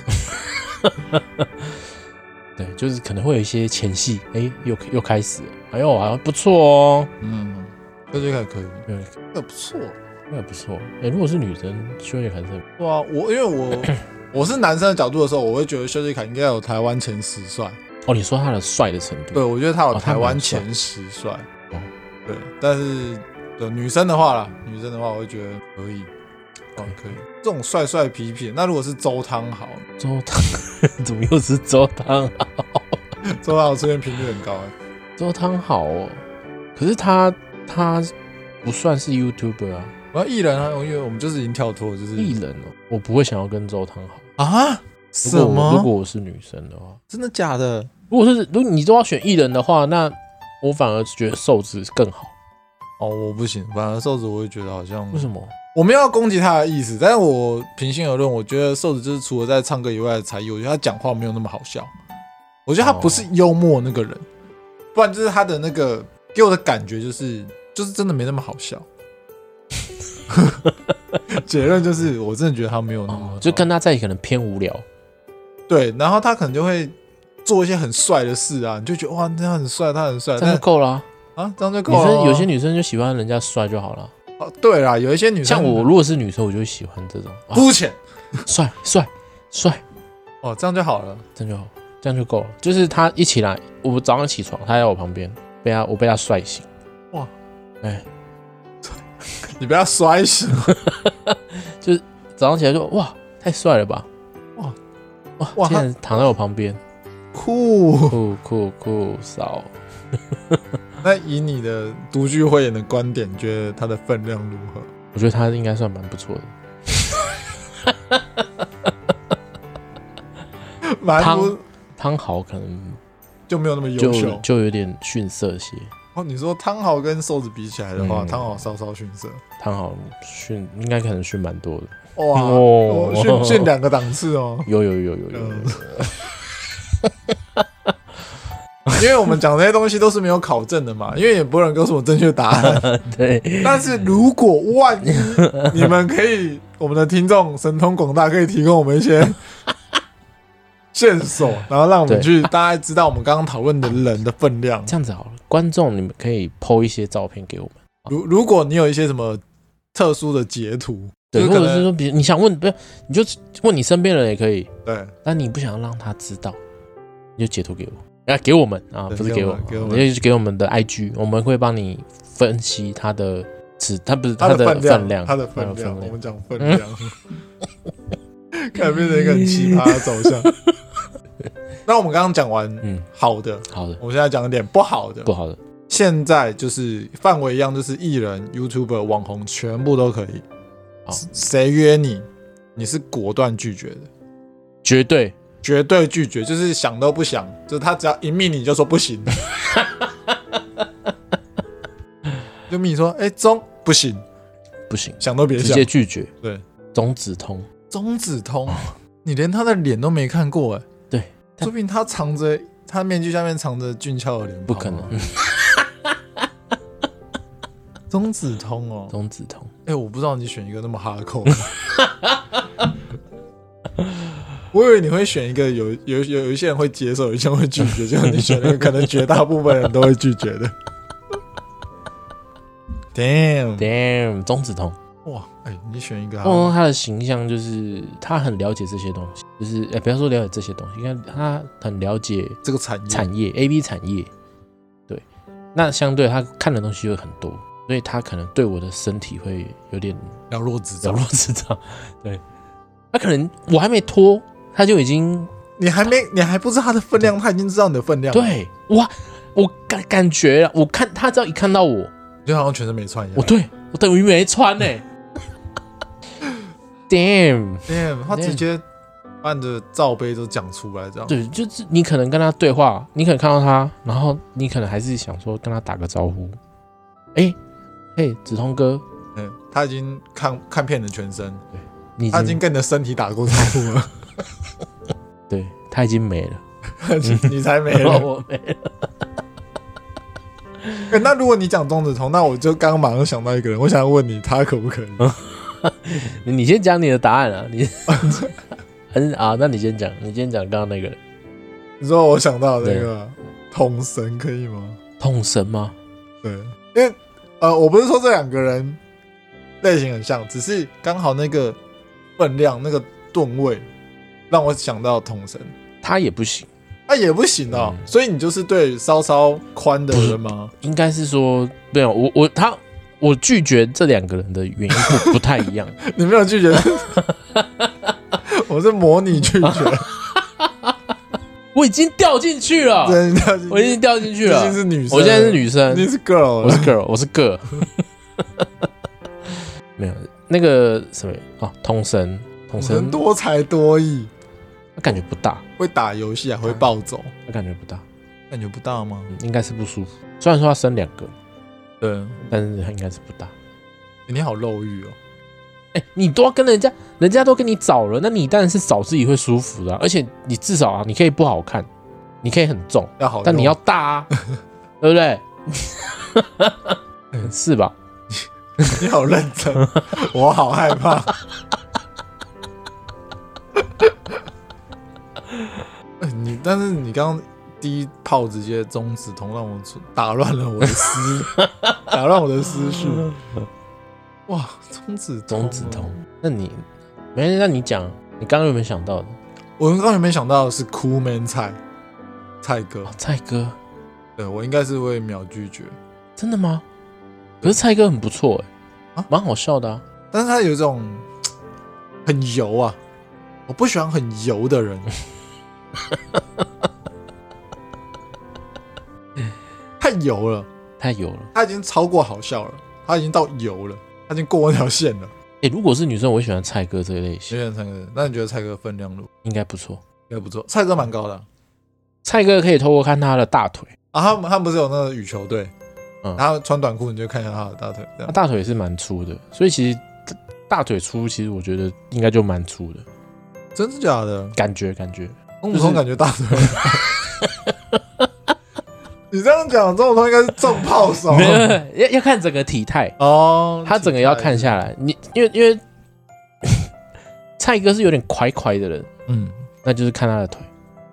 S1: 对，就是可能会有一些前戏，哎，又又开始了，哎呦，好像不错哦，
S2: 嗯，修杰楷可以，
S1: 对，
S2: 这不错。
S1: 那不错，哎，如果是女生，修也还是
S2: 对啊，我因 为我我是男生的角度的时候，我会觉得修杰楷应该有台湾前十帅。
S1: 哦，你说他的帅的程度，
S2: 对，我觉得他有
S1: 哦他
S2: 台湾
S1: 蛮帅
S2: 前十帅。
S1: 哦
S2: 对，但是对女生的话啦，女生的话，我会觉得可以，
S1: 可以
S2: 哦可以。这种帅帅皮皮，那如果是周汤豪，
S1: 周汤 怎么又是周汤啊？
S2: 周汤豪出现频率很高、欸。
S1: 周汤好哦，可是他他不算是 YouTuber 啊，
S2: 我要艺人啊，因为我们就是已经跳脱了，就是
S1: 艺人哦，我不会想要跟周汤好。
S2: 啊？
S1: 如
S2: 什
S1: 果我如
S2: 么
S1: 果？我是女生的话，
S2: 真的假的？
S1: 如果是如果你都要选艺人的话，那我反而觉得瘦子更好。
S2: 哦，我不行，反而瘦子我会觉得好像
S1: 为什么？
S2: 我没有要攻击他的意思，但是我平心而论，我觉得瘦子就是除了在唱歌以外的才艺，我觉得他讲话没有那么好笑。我觉得他不是幽默那个人，不然就是他的那个给我的感觉就是就是真的没那么好笑。 结论就是，我真的觉得他没有那么好
S1: 哦
S2: 笑，
S1: 就跟他在一起可能偏无聊。
S2: 对，然后他可能就会做一些很帅的事啊，你就觉得哇，他很帅，他很帅，
S1: 这样
S2: 但
S1: 就够了啊、
S2: 啊，这样就够
S1: 女
S2: 了哦。
S1: 生有些女生就喜欢人家帅就好了。啊
S2: 哦对啦，有一些女生
S1: 像我如果是女生，我就会喜欢这种啊
S2: 肤浅
S1: 帅帅帅，
S2: 哦，这样就好了。
S1: 这样就好，这样就够了。就是他一起来，我早上起床，他在我旁边，被他我被他帅醒。
S2: 哇，
S1: 哎，
S2: 你不要摔死
S1: 早上起来就哇，太帅了吧！
S2: 哇
S1: 哇，
S2: 哇
S1: 竟然躺在我旁边，
S2: 酷。
S1: 酷酷酷骚。
S2: 那以你的独具慧眼的观点，你觉得它的分量如 何？
S1: 我觉得他应该算蛮不错的，
S2: 蛮不
S1: 汤汤豪可能
S2: 就没有那么优
S1: 就
S2: 秀。
S1: 就有点逊色些。
S2: 哦，你说汤好跟瘦子比起来的话，
S1: 嗯
S2: 汤好稍稍逊色。
S1: 汤豪逊应该可能逊蛮多的，
S2: 哇，
S1: 哦
S2: 哦 逊逊两个档次哦。
S1: 有有有有有有
S2: 嗯
S1: 有。
S2: 因为我们讲这些东西都是没有考证的嘛，因为也不能告诉我正确答案。
S1: 对，
S2: 但是如果万一你们可以，我们的听众神通广大，可以提供我们 一些线索，然后让我们
S1: 对
S2: 去大概知道我们刚刚讨论的人的分量。
S1: 这样子好了，观众你们可以剖一些照片给我们，
S2: 如如果你有一些什么特殊的截图，
S1: 对，
S2: 就
S1: 或
S2: 可
S1: 者是
S2: 能
S1: 说，比如你想问，不是你就问你身边的人也可以，
S2: 对
S1: 但你不想让他知道，你就截图给我，啊，给我们啊，
S2: 对
S1: 不是
S2: 给
S1: 给
S2: 我
S1: 我
S2: 们，给我们
S1: 你就给我们的 IG，我们会帮你分析他的尺，他不是
S2: 他
S1: 的
S2: 分
S1: 分
S2: 量，
S1: 量，
S2: 他的
S1: 它
S2: 分量，
S1: 量
S2: 我们讲分量， 看变成一个很奇葩的走向。 那我们刚刚讲完
S1: 嗯，
S2: 好的，
S1: 好的，
S2: 我们现在讲点不好的
S1: 不。好的，
S2: 现在就是范围一样，就是艺人、YouTuber、网红全部都可以
S1: 好。
S2: 谁约你，你是果断拒绝的，
S1: 绝对
S2: 绝对拒绝，就是想都不想，就是他只要一命你就说 不行，就命你说，哎、中不行，
S1: 不行，
S2: 想都别
S1: 直
S2: 想
S1: 接。拒绝，
S2: 对，
S1: 中指通，
S2: 中指通，你连他的脸都没看过哎、
S1: 对，
S2: 说不定他藏着他面具下面藏着俊俏的脸，
S1: 不可能
S2: 好吗。中指通哦，
S1: 中指通，
S2: 哎、我不知道你选一个那么哈扣， 我以为你会选一个有有有有一些人会接受，有一些人会拒绝，结果你选了一个可能绝大部分人都会拒绝的。Damn！
S1: damn，中指通。
S2: 哇，哎、你选一个
S1: 汪
S2: 啊，
S1: 东他的形象就是他很了解这些东西，就是呃、不要说了解这些东西，你看他很了解
S2: 这个产业
S1: 产业 A B 产业，对，那相对他看的东西会很多，所以他可能对我的身体会有点
S2: 了若指
S1: 了
S2: 掌
S1: 若，指掌。对，他可能我还没脱，他就已经
S2: 你还没你还不知道它的分量，他已经知道你的分量，，
S1: 对哇，我感感觉我看他只要一看到我，
S2: 就好像全身没穿一
S1: 我
S2: 样。
S1: 对我等于没穿呢、Damn。
S2: Damn！他
S1: Damn
S2: 直接把你的罩杯都讲出来，这样。
S1: 对，就是你可能跟他对话，你可能看到他，然后你可能还是想说跟他打个招呼，哎、嘿，子通哥，
S2: 嗯，他已经看看遍了全身，
S1: 你已
S2: 他
S1: 经
S2: 已经跟你的身体打过招呼了。
S1: 对他已经没了，
S2: 你才没 了。
S1: 我没了，嗯
S2: 那如果你讲中指头，那我就刚刚马上想到一个人，我想问你，他可不可以？
S1: 嗯你你先讲你的答案啊，你 很啊，那你先讲，你先讲刚刚那个人，
S2: 你说我想到那个统神可以吗？
S1: 痛神吗？
S2: 对，因为呃，我不是说这两个人类型很像，只是刚好那个分量、那个吨位，让我想到统神，
S1: 他也不行，
S2: 那、也不行哦。
S1: 嗯
S2: 所以你就是对稍稍宽的人吗？
S1: 应该是说没有我我他我拒绝这两个人的原因不 不太一样，
S2: 你没有拒绝， 我是模拟拒 绝，
S1: 我已经掉进去了，
S2: 真的，
S1: 我已经掉进去
S2: 毕
S1: 了，
S2: 竟是女生，
S1: 我现在是，女生，
S2: 你是 girl，
S1: 我是 girl，我是 girl。没有那个什么啊，通神，通
S2: 人
S1: 神，
S2: 多才多艺，
S1: 他感觉不大，
S2: 会打游戏还会暴走，
S1: 他感觉不大，
S2: 感觉不大吗？
S1: 嗯应该是不舒服。虽然说他生两个，
S2: 对，
S1: 但是他应该是不大。
S2: 你好肉欲哦。
S1: 哎、你都要跟人家，人家都跟你找了，那你当然是找自己会舒服的啊、而且你至少啊，你可以不好看，你可以很重，
S2: 要好肉，
S1: 但你要 大啊，对不对？
S2: 嗯
S1: 是吧？
S2: 你好认真，我好害怕。 哎你但是你刚刚第一炮直接中指通，让我打乱了我的思，打乱我的 思绪。哇，中指通
S1: 中指痛，那你没事，那你讲，你刚刚有没有想到的？
S2: 我刚刚有没有想到的是 Cool Man 菜菜哥
S1: 哦，，蔡哥，
S2: 对我应该是会秒拒绝。
S1: 真的吗？可是蔡哥很不错哎、
S2: 啊
S1: 蛮好笑的啊。
S2: 但是他有一种很油啊，我不喜欢很油的 人，太油了，
S1: 太油了。
S2: 他已经超过好笑了，他已经到油了，他已经过那条线了。
S1: 哎、如果是女生，我会喜欢蔡哥这一类
S2: 谢
S1: 型，
S2: 谢蔡哥，那你觉得蔡哥分量如何
S1: 应该不错。
S2: 应该不错，蔡哥蛮高的啊
S1: 蔡哥可以透过看他的大腿，
S2: 啊。他们他们不是有那个羽球队，
S1: 嗯
S2: 然后穿短裤你就看一下他的大腿，这
S1: 他
S2: 样
S1: 大腿是蛮粗的，所以其实大腿粗，其实我觉得应该就蛮粗的
S2: 真的假的？
S1: 感觉，感觉
S2: 我普通感觉大腿。你这样讲，这种东西应该是重炮手啊
S1: 没有 要要看整个体态，
S2: 哦。
S1: 他整个要看下来。你因为因为蔡哥是有点快快的人，
S2: 嗯，
S1: 那就是看他的腿，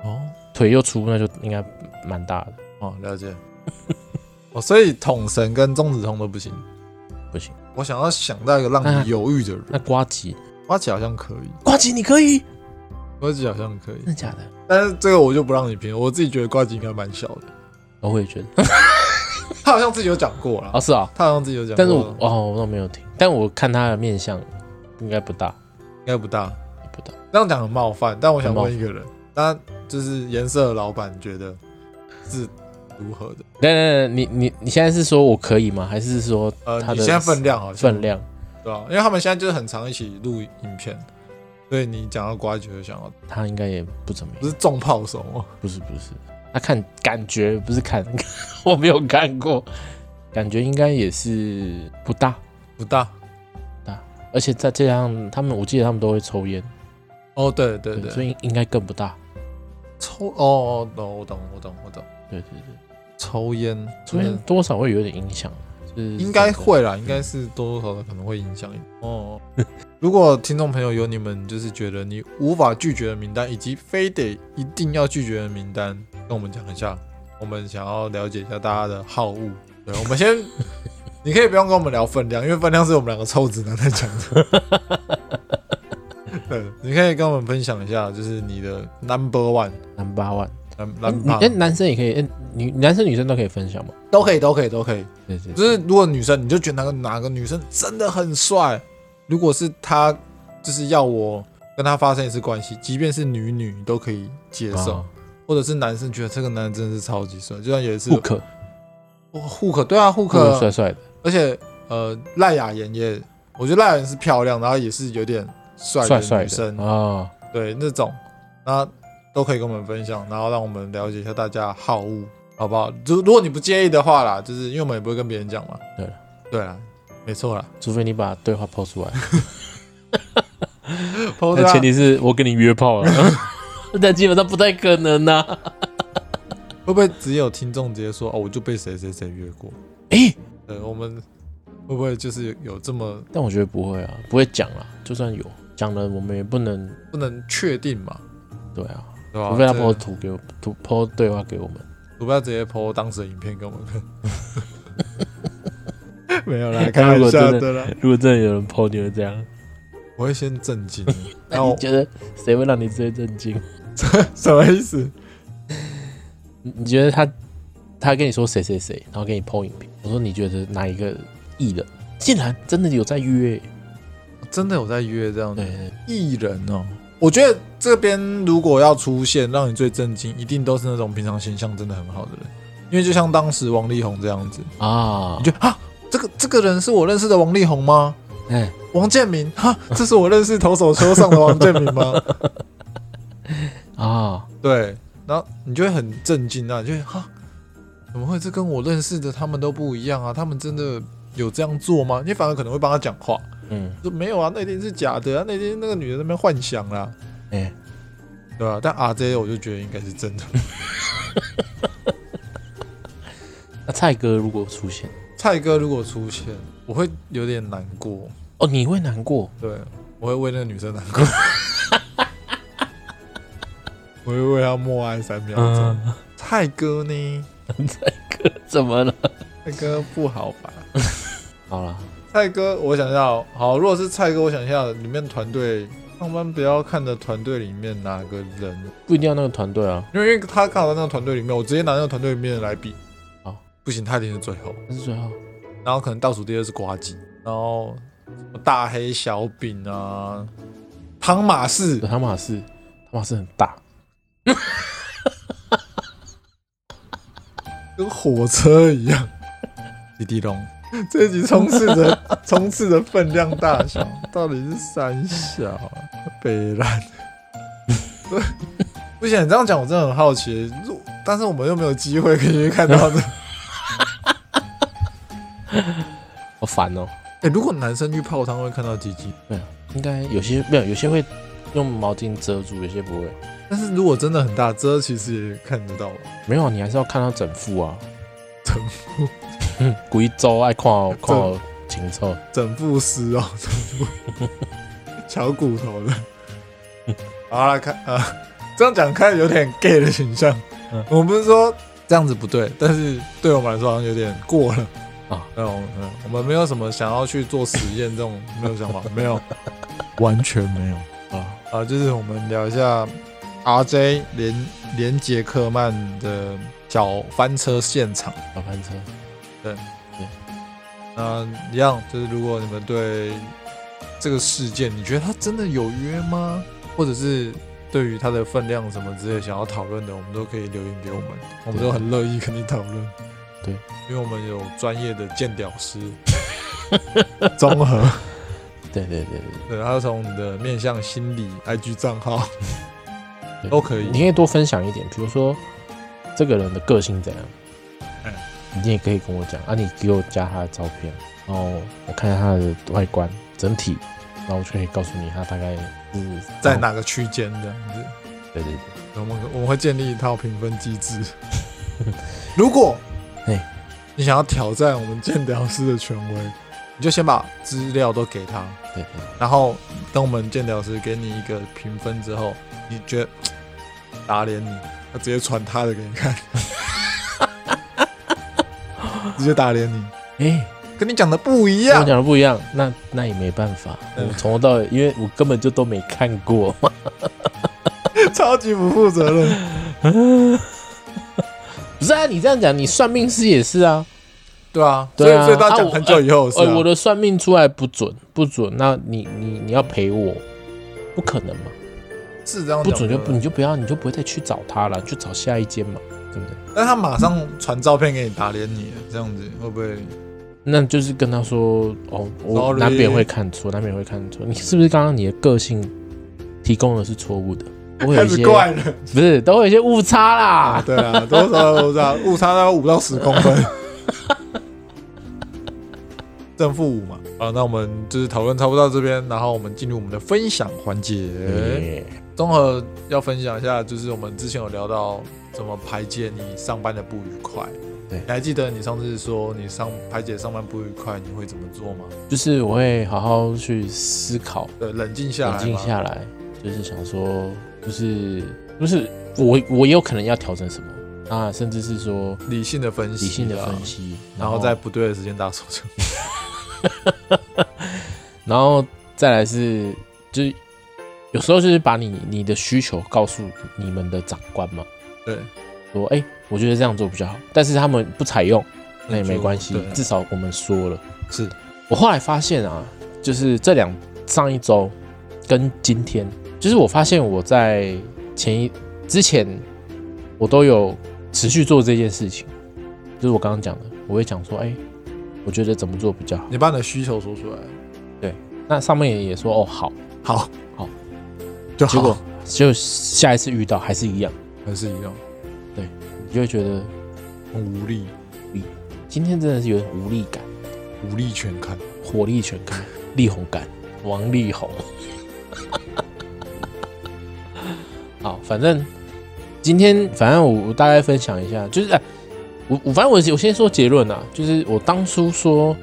S2: 哦
S1: 腿又粗，那就应该蛮大的，
S2: 哦，了解。 哦，所以桶神跟中子通都不行。
S1: 不行。
S2: 我想要想到一个让
S1: 那
S2: 你犹豫的人，
S1: 那瓜吉，
S2: 花姐好像可以，
S1: 瓜吉你可以，
S2: 瓜姐好像可以
S1: 真，的假的？
S2: 但是这个我就不让你评，我自己觉得瓜姐应该蛮小的。
S1: 哦我也觉得，
S2: 他好像自己有讲过啦
S1: 哦，是啊、哦，
S2: 他好像自己有讲过，
S1: 但是我哦我都没有听，但我看他的面相应该不大，
S2: 应该不大。
S1: 不大。
S2: 这样讲很冒犯，但我想
S1: 很冒
S2: 问一个人，那就是颜色的老板觉得是如何的？
S1: 等等等，你你你现在是说我可以吗？还是说
S2: 呃，
S1: 他
S2: 你
S1: 的
S2: 现在分量好像
S1: 分量？
S2: 对吧、啊因为他们现在就是很常一起录影片，所以你讲到瓜姐就想要，
S1: 他应该也不怎么
S2: 不
S1: 样，
S2: 是重炮手吗？
S1: 不是不是，他看感觉不是看， 我没有看过，感觉应该也是不大，
S2: 不大
S1: 而且再加上他们，我记得他们都会抽烟，
S2: 哦，对对
S1: 对
S2: 对，
S1: 所以应该更不大。
S2: 抽哦哦，懂我懂我懂我懂，
S1: 对对对，
S2: 抽烟
S1: 抽烟
S2: 嗯
S1: 多少会有点影响，就是
S2: 应该会啦，应该是多多少少可能会影响一点哦。 如果听众朋友有你们就是觉得你无法拒绝的名单，以及非得一定要拒绝的名单，跟我们讲一下，我们想要了解一下大家的好恶。对，我们 先，你可以不用跟我们聊分量，因为分量是我们两个臭直男在讲的。 对，你可以跟我们分享一下，就是你的 number one
S1: 男八万。
S2: 男
S1: 哎
S2: 男
S1: 你
S2: 趴
S1: 哎，男生也可以，哎，女男生女生都可以分享嘛？
S2: 都可以，都可以，都可以。
S1: 对对，
S2: 就是如果女生，你就觉得哪个哪个女生真的很帅，如果是她就是要我跟她发生一次关系，即便是女女都可以接受，
S1: 啊
S2: 或者是男生觉得这个男人真的是超级帅，就像也是
S1: 不可
S2: 哇户口对啊户
S1: 不可帅
S2: 口，
S1: 帅的，
S2: 而且呃赖雅妍也，我觉得赖雅妍是漂亮，然后也是有点帅
S1: 帅
S2: 的
S1: 帅
S2: 女生，
S1: 的啊。
S2: 对那种，那都可以跟我们分享，然后让我们了解一下大家好恶，好不好？就如果你不介意的话啦，就是因为我们也不会跟别人讲嘛。
S1: 对了，
S2: 对啦，没错啦。
S1: 除非你把对话抛出来，
S2: 抛
S1: 但前提是我跟你约炮 了，但基本上不太可能啊呐、
S2: 会不会只有听众直接说哦，我就被谁谁谁约过？
S1: 诶、
S2: 对，我们会不会就是有这么
S1: 但我觉得不会啊，不会讲啦，就算有讲了，我们也不能
S2: 不能确定嘛？
S1: 对啊，
S2: 对吧、
S1: 除非他
S2: 这
S1: 抛图给我，图抛对话给我们。
S2: 除非他直接抛当时的影片给我们 看。没有啦，开
S1: 他如
S2: 玩
S1: 果
S2: 笑
S1: 真的
S2: 的啦。
S1: 如果真的有人抛，你会这样？
S2: 我会先震惊，
S1: 那
S2: 然后
S1: 你觉得谁会让你最震惊？
S2: 什么意思？
S1: 你你觉得他他跟你说谁谁谁，然后给你抛影片，我说你觉得哪一个艺人竟然真的有在约？
S2: 真的有在约这样的
S1: 对，对
S2: 艺人哦？我觉得这边如果要出现让你最震惊，一定都是那种平常形象真的很好的人，因为就像当时王力宏这样子，
S1: 啊
S2: 你，就啊，这个这个人是我认识的王力宏吗？
S1: 哎、
S2: 王建民，哈，这是我认识投手丘上的王建民吗？
S1: 啊，
S2: 对，然后你就会很震惊啊，你就会哈，怎么会这跟我认识的他们都不一样啊？他们真的有这样做吗？你反而可能会帮他讲话，
S1: 嗯，
S2: 说没有啊，那一定是假的啊，那一定是那个女的在那边幻想啦、
S1: 哎、
S2: 对吧、但 RJ 我就觉得应该是真的。
S1: 那蔡哥如果出现，
S2: 蔡哥如果出现，我会有点难过，
S1: 哦，你会难过，
S2: 对我会为那个女生难 过，我会为她默哀三秒钟。
S1: 嗯，
S2: 蔡哥呢？
S1: 蔡哥怎么了？
S2: 蔡哥不好吧？
S1: 好了，
S2: 蔡哥，我想要好，如果是蔡哥，我想一下，里面团队上班不要看的团队里面哪个人？
S1: 不一定要那个团队啊，
S2: 因为因为他刚好在那个团队里面，我直接拿那个团队里面的来比。
S1: 好，
S2: 不行，他一定是最后，
S1: 但是最后
S2: 然后可能倒数第二是瓜吉，然后什么大黑小饼啊，汤马士
S1: 有，汤马士，汤马士很大，
S2: 跟火车一样。滴滴咚， 这集充斥着充斥着分量大小，到底是三小啊北 兰。不行，你这样讲我真的很好奇，如但是我们又没有机会可以去看 到的。
S1: 好烦哦。
S2: 哎、如果男生去泡汤会看到鸡鸡，
S1: 对啊，应该有些没有，有些会用毛巾遮住，有些不会。
S2: 但是如果真的很大遮，其实也看得到吧。
S1: 没有，你还是要看到整副啊。
S2: 整
S1: 贵州爱看我看我清楚，
S2: 整副尸哦，整副 敲骨头的。好了，看啊、这样讲看有点 gay 的形象。
S1: 嗯
S2: 我不是说这样子不对，但是对我们来说好像有点过了
S1: 啊。
S2: 那我们我们没有什么想要去做实验这种没有想法，没有， 完全没有啊啊！就是我们聊一下 RJ 连连杰克曼的小翻车现场。
S1: 小翻车，
S2: 那一样就是，如果你们对这个事件，你觉得它真的有约吗？或者是对于它的分量什么之类想要讨论的，我们都可以留言给我们，我们都很乐意跟你讨论。
S1: 对，
S2: 因为我们有专业的鉴屌师 综合，
S1: 对对对对
S2: 对，他从你的面向心理 IG 账号
S1: 对，
S2: 都可以
S1: 你可以多分享一点，比如说这个人的个性怎样，
S2: 嗯
S1: 你也可以跟我讲啊，你给我加他的照片，然后我看一下他的外观整体，然后我就可以告诉你他大概是
S2: 在。哪个区间这样子。
S1: 对对对，
S2: 我们我们会建立一套评分 机制。如果
S1: 嘿
S2: 你想要挑战我们鉴屌师的权威，你就先把资料都给他，
S1: 对对，
S2: 然后等我们鉴屌师给你一个评分之后，你觉得打脸你，他直接传他的给你看， 直接打脸你，
S1: 哎、
S2: 跟你讲的不一
S1: 跟我
S2: 样。
S1: 讲的不一样，那那也没办法，
S2: 啊嗯
S1: 我从头到尾，因为我根本就都没看过，
S2: 超级不负责任。
S1: 不是啊，你这样讲，你算命师也是啊，
S2: 对啊，
S1: 对啊
S2: 所以所以他
S1: 啊
S2: 讲
S1: 我
S2: 很久以后是、啊
S1: 呃，我的算命出来不准，不准，那你你你要赔我，不可能嘛，
S2: 是这样讲
S1: 不准就
S2: 的
S1: 不你就不要，你就不会再去找他了，就找下一间嘛，对不对？
S2: 但他马上传照片给你打脸你，这样子会不会？
S1: 那就是跟他说，哦，我
S2: Sorry
S1: 难免会看错，难免会看错，你是不是刚刚你的个性提供的是错误的？都会有
S2: 开
S1: 一
S2: 始
S1: 些
S2: 怪了
S1: 不是都会有一些误差
S2: 啊！
S1: 啦，
S2: 对啊，多少都知道，误差大概五到十公 分，正负五嘛。啊，那我们就是讨论差不多到这边，然后我们进入我们的分享环节。
S1: 对
S2: 综合要分享一下，就是我们之前有聊到怎么排解你上班的不愉快。
S1: 对
S2: 你还记得你上次说你上排解上班不愉快你会怎么做吗？
S1: 就是我会好好去思考，
S2: 对，冷静下来
S1: 冷
S2: 嘛，
S1: 静下来，就是想说，就是就是我我也有可能要调整什么，那甚至是说
S2: 理性的分析，啊
S1: 理性的分，析，
S2: 然后在不对的时间打手枪。
S1: 然后再来是，就是有时候就是把你你的需求告诉你们的长官嘛，
S2: 对，
S1: 说哎、我觉得这样做比较好，但是他们不采用， 那也没关系
S2: 对，
S1: 至少我们说了。
S2: 是
S1: 我后来发现啊，就是这两上一周跟今天，就是我发现我在前一之前，我都有持续做这件事情，就是我刚刚讲的，我会讲说，哎、我觉得怎么做比较好。
S2: 你把你的需求说出来，
S1: 那上面也也说哦好，
S2: 好，
S1: 好，
S2: 就
S1: 结果
S2: 好，
S1: 就下一次遇到还是一样，
S2: 还是一样，
S1: 你就会觉得
S2: 很无力，
S1: 今天真的是有点无力感，
S2: 无力全开。
S1: 火力全开，力宏感，王力宏。 好，反正今天反正我我大概分享一下，就是、哎，我我反正我我先说结论啊，就是我当初说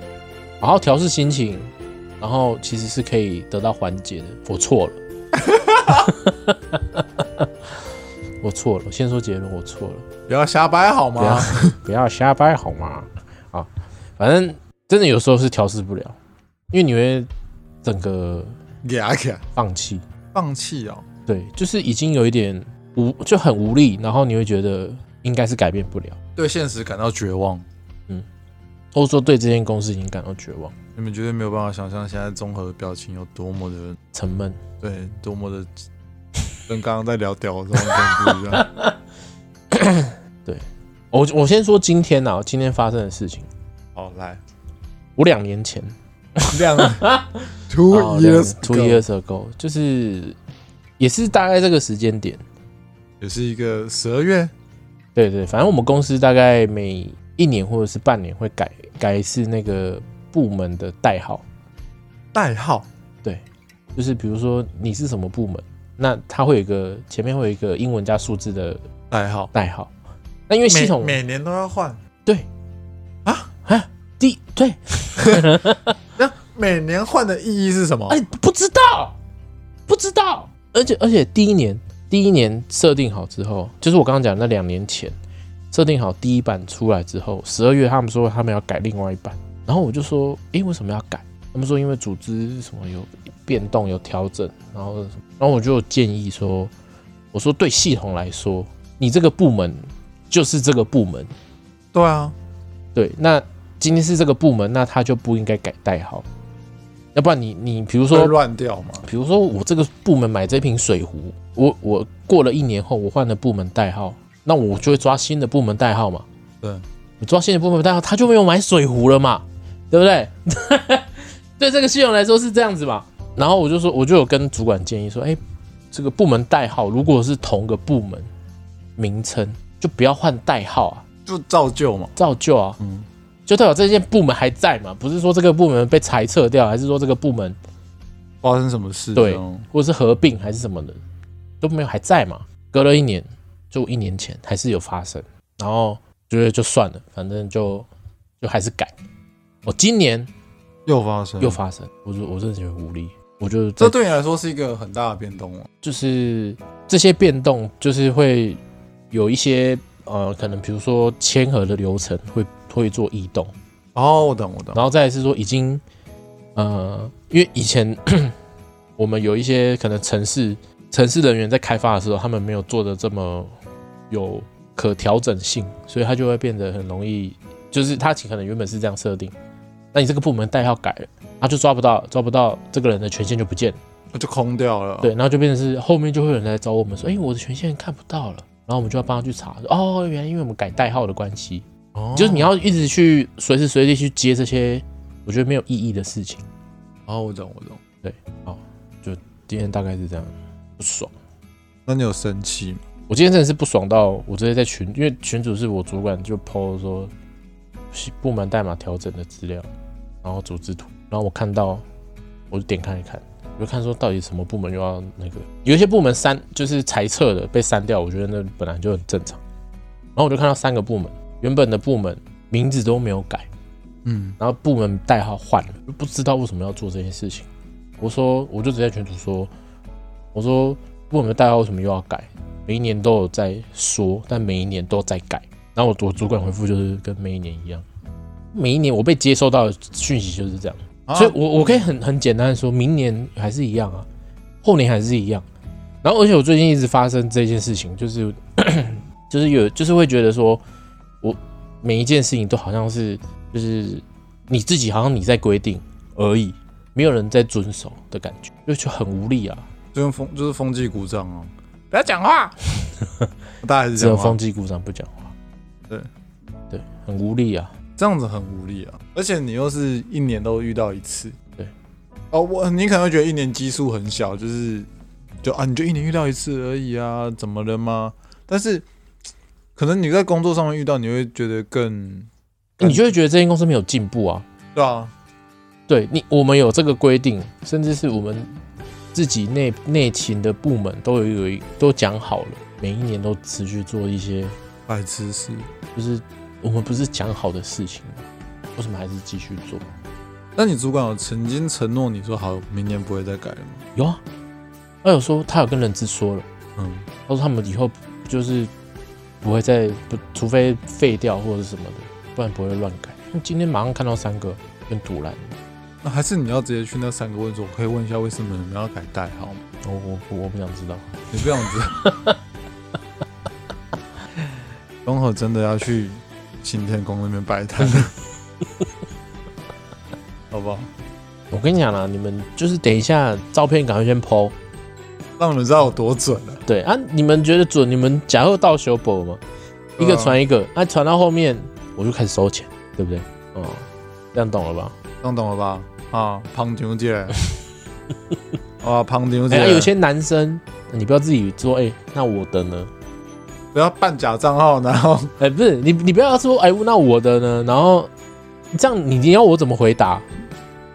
S1: 好好调试心情，然后其实是可以得到缓解的，我错了， 我错了，我先说结论，我错了。
S2: 不要瞎掰好
S1: 不要
S2: 吗？
S1: 不要瞎掰好吗？啊，反正真的有时候是调试不了，因为你会整个
S2: 呀呀，
S1: 放弃，
S2: 啊放弃哦，
S1: 对，就是已经有一点无就很无力，然后你会觉得应该是改变不了，
S2: 对现实感到绝望。
S1: 或者说对这间公司已经感到绝望、
S2: 你们绝对没有办法想象现在综合的表情有多么的
S1: 沉闷。
S2: 对，多么 的跟刚刚在聊屌的时候完全不一 样。
S1: 我我先说今天啊，今天发生的事情，
S2: 好，来，
S1: 我两年前
S2: 亮，two
S1: 哦两
S2: years
S1: two
S2: ago
S1: years ago，就是也是大概这个时间点，
S2: 也是一个十二月，
S1: 对对，反正我们公司大概每一年或者是半年会改改一次那个部门的代号，
S2: 代号
S1: 就是比如说你是什么部门，那它会有一个前面会有一个英文加数字的
S2: 代号，
S1: 代号。那因为系统
S2: 每每年都要换，
S1: 对，第对，
S3: 那每年换的意义是什么？
S2: 哦
S1: 哎、不知道，不知道，而且而且第一年第一年设定好之后，就是我刚刚讲的那两年前设定好第一版出来之后，十二月他们说他们要改另外一版，然后我就说，诶、为什么要改？他们说因为组织什么有变动有调整，然后什么然后我就建议说，我说对系统来说，你这个部门就是这个部门，
S3: 对啊，
S1: 对，那今天是这个部门，那他就不应该改代号，要不然你你比如
S3: 会
S1: 说
S3: 乱掉嘛。
S1: 比如说我这个部门买这瓶水壶，我我过了一年后，我换了部门代号，那我就会抓新的部门代号嘛。
S3: 对，
S1: 我抓新的部门代号，他就没有买水壶了嘛，对不对？ 对这个系统来说是这样子嘛。然后我就说，我就有跟主管建议说，哎，这个部门代号如果是同个部门名称，就不要换代号啊，
S2: 就照旧嘛。
S1: 照旧啊，
S2: 嗯
S1: 就代表这件部门还在嘛，不是说这个部门被裁撤掉，还是说这个部门
S2: 发生什么事？
S1: 对
S2: 这样
S1: 或者是合并还是什么的，都没有还在嘛。隔了一年，就一年前还是有发生，然后觉得就算了，反正就就还是改。我今年
S2: 又发生，
S1: 又发生，我就我真的觉得无力。我就
S2: 这
S1: 这
S2: 对你来说是一个很大的变动哦。
S1: 就是这些变动，就是会有一些呃，可能比如说签合的流程会会做异动，
S2: 哦，我懂，我懂。
S1: 然后再来是说已经，呃，因为以前 我们有一些可能城市城市人员在开发的时候，他们没有做的这么有可调整性，所以它就会变得很容易，就是它可能原本是这样设定，那你这个部门代号改了，他就抓不到抓不到这个人的权限就不见了，
S2: 就空掉了。
S1: 对，，然后就变成是后面就会有人来找我们说，哎、我的权限看不到了，然后我们就要帮他去查，说哦，原来因为我们改代号的关系，
S2: 哦、
S1: 就是你要一直去随时随地去接这些我觉得没有意义的事情。
S2: 哦，我懂，我懂。
S1: 今天大概是这样，不爽。
S2: 那你有生气吗？
S1: 我今天真的是不爽到我直接在群，因为群主是我主管就 PO 说是部门代码调整的资料，然后组织图，然后我看到我就点开一看，我就看说到底什么部门又要那个，有一些部门删就是裁撤的被删掉，我觉得那本来就很正常。然后我就看到三个部门原本的部门名字都没有改。
S2: 嗯，
S1: 然后部门代号换了，就不知道为什么要做这些事情。我说，我就直接群主说，我说部门代号为什么又要改？每一年都有在说，但每一年都在改。然后我我主管回复就是跟每一年一样，每一年我被接收到的讯息就是这样，
S2: 啊
S1: 所以我我可以很很简单的说，明年还是一样啊，后年还是一样。然后而且我最近一直发生这件事情，就是 就是有就是会觉得说，我每一件事情都好像是就是你自己好像你在规定而已，没有人在遵守的感觉，就就很无力啊。
S2: 就用风就是风纪鼓掌哦，不要讲话， 大家还是
S1: 只
S2: 这
S1: 有
S2: 样吗
S1: 风？纪鼓掌不讲话，
S2: 对
S1: 对，很无力啊。
S2: 这样子很无力啊，而且你又是一年都遇到一次，
S1: 对，
S2: 哦，我你可能会觉得一年基数很小，就是就啊，你就一年遇到一次而已啊，怎么了吗？但是可能你在工作上面遇到，你会觉得更
S1: 你就会觉得这间公司没有进步啊。
S2: 对啊，
S1: 对你，我们有这个规定，甚至是我们自己内内勤的部门都有有一都讲好了，每一年都持续做一些，
S2: 白痴事，
S1: 就是我们不是讲好的事情吗？为什么还是继续做？
S2: 那你主管有曾经承诺你说好，明年不会再改了吗？
S1: 有啊，他有说他有跟人资说了。
S2: 嗯，
S1: 他说他们以后就是不会再不，除非废掉或者是什么的，不然不会乱改。今天马上看到三个，很突然。
S2: 那还是你要直接去那三个问说，我可以问一下为什么你们要改代号吗？
S1: 我我我我不想知道。
S2: 你不想知道？ 东河真的要去行天宫那边摆 摊，好不好？
S1: 我跟你讲啦，你们就是等一下照片赶快先 PO。
S2: 让你们知道有多准啊！
S1: 对啊，你们觉得准，你们假后到修补嘛，一个传一个，啊传到后面我就开始收钱，对不对？哦，这样懂了吧？
S2: 弄懂了吧？啊，胖丢姐， 啊，胖丢姐，
S1: 哎、啊有些男生你不要自己说，哎、那我的呢？
S2: 不要办假账号，然后
S1: 哎、不是你，你不要说，哎、那我的呢？然后这样你你要我怎么回答？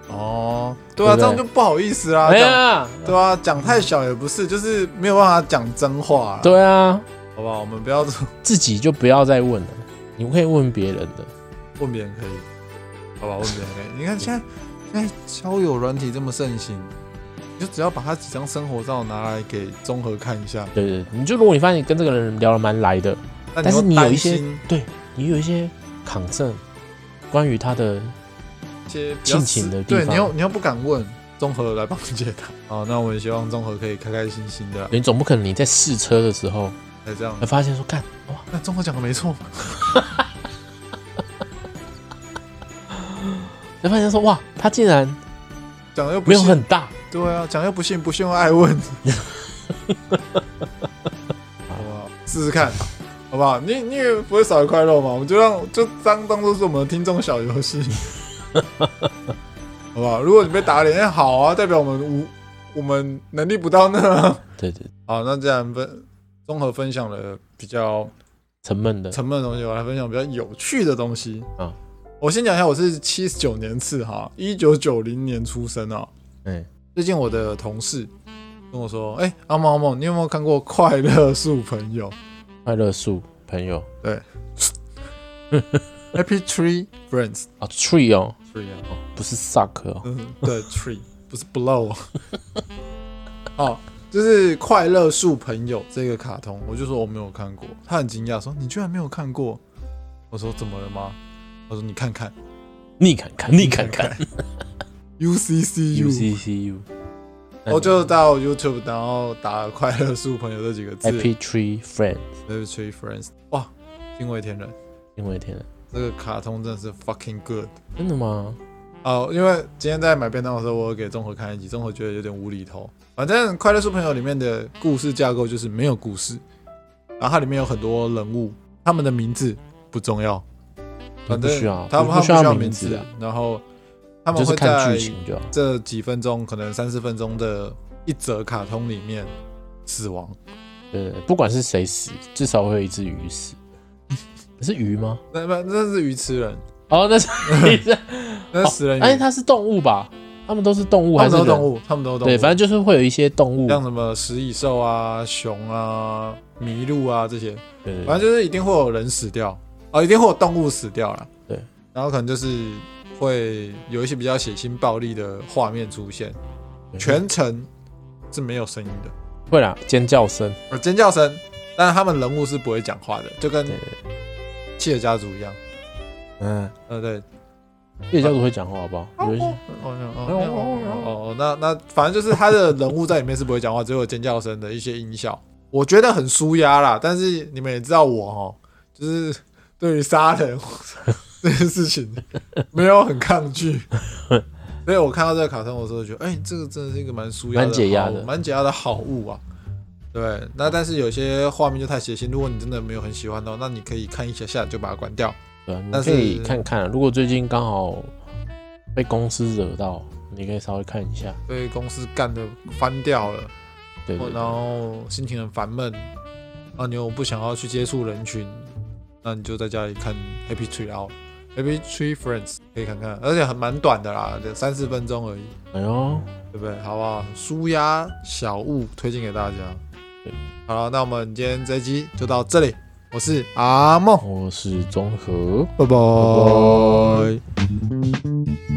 S2: 哦，对
S1: 对不
S2: 啊，
S1: 对
S2: 这样就不好意思啊，
S1: 哎
S2: 讲
S1: 呀，
S2: 对啊，讲太小也不是，就是没有办法讲真话啊，
S1: 对啊，
S2: 好不好？我们不要
S1: 自己就不要再问了，你可以问别人的。
S2: 问别人可以，好吧，我比较累。你看现在现在交友软体这么盛行，你就只要把他几张生活照拿来给综合看一下，
S1: 对对，对你就如果你发现你跟这个人聊得蛮来的，
S2: 但
S1: 但是你
S2: 你
S1: 有
S2: 又
S1: 一
S2: 担
S1: 些
S2: 心
S1: 对你有一些 concern，关于他的
S4: 一些
S1: 性情的地
S2: 对，你
S1: 方，
S2: 又你又不敢问，综合来帮你解答。好，那我们希望综合可以开开心心的啊，
S1: 你总不可能你在试车的时候
S2: 才这样
S1: 才。发现说干哇，
S2: 那综合讲的没错嘛，
S1: 才发现说哇，他竟然
S2: 讲的又不
S1: 没有
S2: 信
S1: 很大
S2: 对啊，讲又不信，不信又爱问，好不好？试试看，好不好？你你也不会少一块肉嘛，我们就让就当当做是我们的听众小游戏，好不好？如果你被打脸，那好啊，代表我们无我们能力不到那啊。
S1: 对对，
S2: 好，那这样分综合分享了比较
S1: 沉闷的
S2: 沉闷的东西，我来分享比较有趣的东西
S1: 嗯
S2: 我先讲一下，我是七十九年次哈，一九九零年出生啊。
S1: 嗯，
S2: 最近我的同事跟我说，哎、阿梦阿梦，你有没有看过《快乐树朋友
S1: 快乐树朋友》
S2: （Happy Tree Friends）？
S1: 啊，tree 哦，
S2: Tree 啊，
S1: 哦不是 suck 哦，
S2: 嗯，对，Tree 不是 Blow。哦，就是《快乐树朋友》这个卡通，我就说我没有看过，他很惊讶说：“你居然没有看过？”我说：“怎么了吗？”他说：“你看看，
S1: 你看看 你看 看
S2: UCCU。
S1: UCCU，”
S2: 我哦就到 YouTube，然后打“快乐树朋友”这几个字
S1: Happy Tree Friend，
S2: ，Happy Tree Friends。哇，惊为天人！
S1: 因为天啊，
S2: 这个卡通真的是 fucking good
S1: 真的吗？
S2: 哦！因为今天在买便当的时候，我有给综合看一集，综合觉得有点无厘头。反正《快乐树朋友》里面的故事架构就是没有故事，然后它里面有很多人物，他们的名字不重要，反
S1: 不
S2: 正
S1: 需要，
S2: 他们
S1: 不需
S2: 他们不需要
S1: 名
S2: 字
S1: 字啊，，
S2: 然后他
S1: 就
S2: 们
S1: 是
S2: 会
S1: 看
S2: 在
S1: 剧情就好。
S2: 这几分钟，可能三四分钟的一则卡通里面死亡。
S1: 对，不管是谁死，至少会有一只鱼 死。是鱼吗？
S2: 那那那是鱼吃人，
S1: 哦， 那是
S2: 那是死人鱼，
S1: 哎，它是动物吧？它们都是动物
S2: 他
S1: 还是
S2: 们都是
S1: 人
S2: 动？物，他们都是动物。
S1: 对，反正就是会有一些动物，
S2: 像什么食蚁兽啊、熊啊、麋鹿啊这些，
S1: 对对
S2: 反
S1: 对，
S2: 正就是一定会有人死掉，哦，一定会有动物死掉啦。
S1: 对，
S2: 然后可能就是会有一些比较血腥暴力的画面出现，
S1: 嗯对
S2: 全程是没有声音的，
S1: 嗯会啦，尖叫声，
S2: 而尖叫声，但是他们人物是不会讲话的，就跟
S1: 对对对，
S2: 企鹅家族一样。
S1: 嗯，
S2: 呃，对，
S1: 夜教主会讲话好不好？我觉得
S2: 哦哦哦哦哦，那那反正就是他的人物在里面是不会讲话，只有尖叫声的一些音效，我觉得很舒压啦。但是你们也知道我哦，就是对于杀人 这件事情没有很抗拒，所以我看到这个卡通的时候，觉得哎、这个真的是一个蛮舒压、
S1: 蛮解压的
S2: 好物蛮解压的好物啊。对，那但是有些画面就太血腥，如果你真的没有很喜欢的话，那你可以看一下下就把它关掉。
S1: 对啊，你
S2: 但
S1: 可以
S2: 是
S1: 看看啊。如果最近刚好被公司惹到，你可以稍微看一下。
S2: 被公司干的翻掉了。
S1: 对对
S2: 然
S1: 对，
S2: 后心情很烦闷，啊，你又不想要去接触人群，那你就在家里看 Happy Tree Out。Happy Tree Friends 可以看看，而且很蛮短的啦，三四分钟而已，
S1: 哎呦，
S2: 对不对？好不好？舒压小物推荐给大家
S1: 对。
S2: 好了，那我们今天这一集就到这里，我是阿梦，
S1: 我是综合。
S2: 拜
S1: 拜
S2: 拜。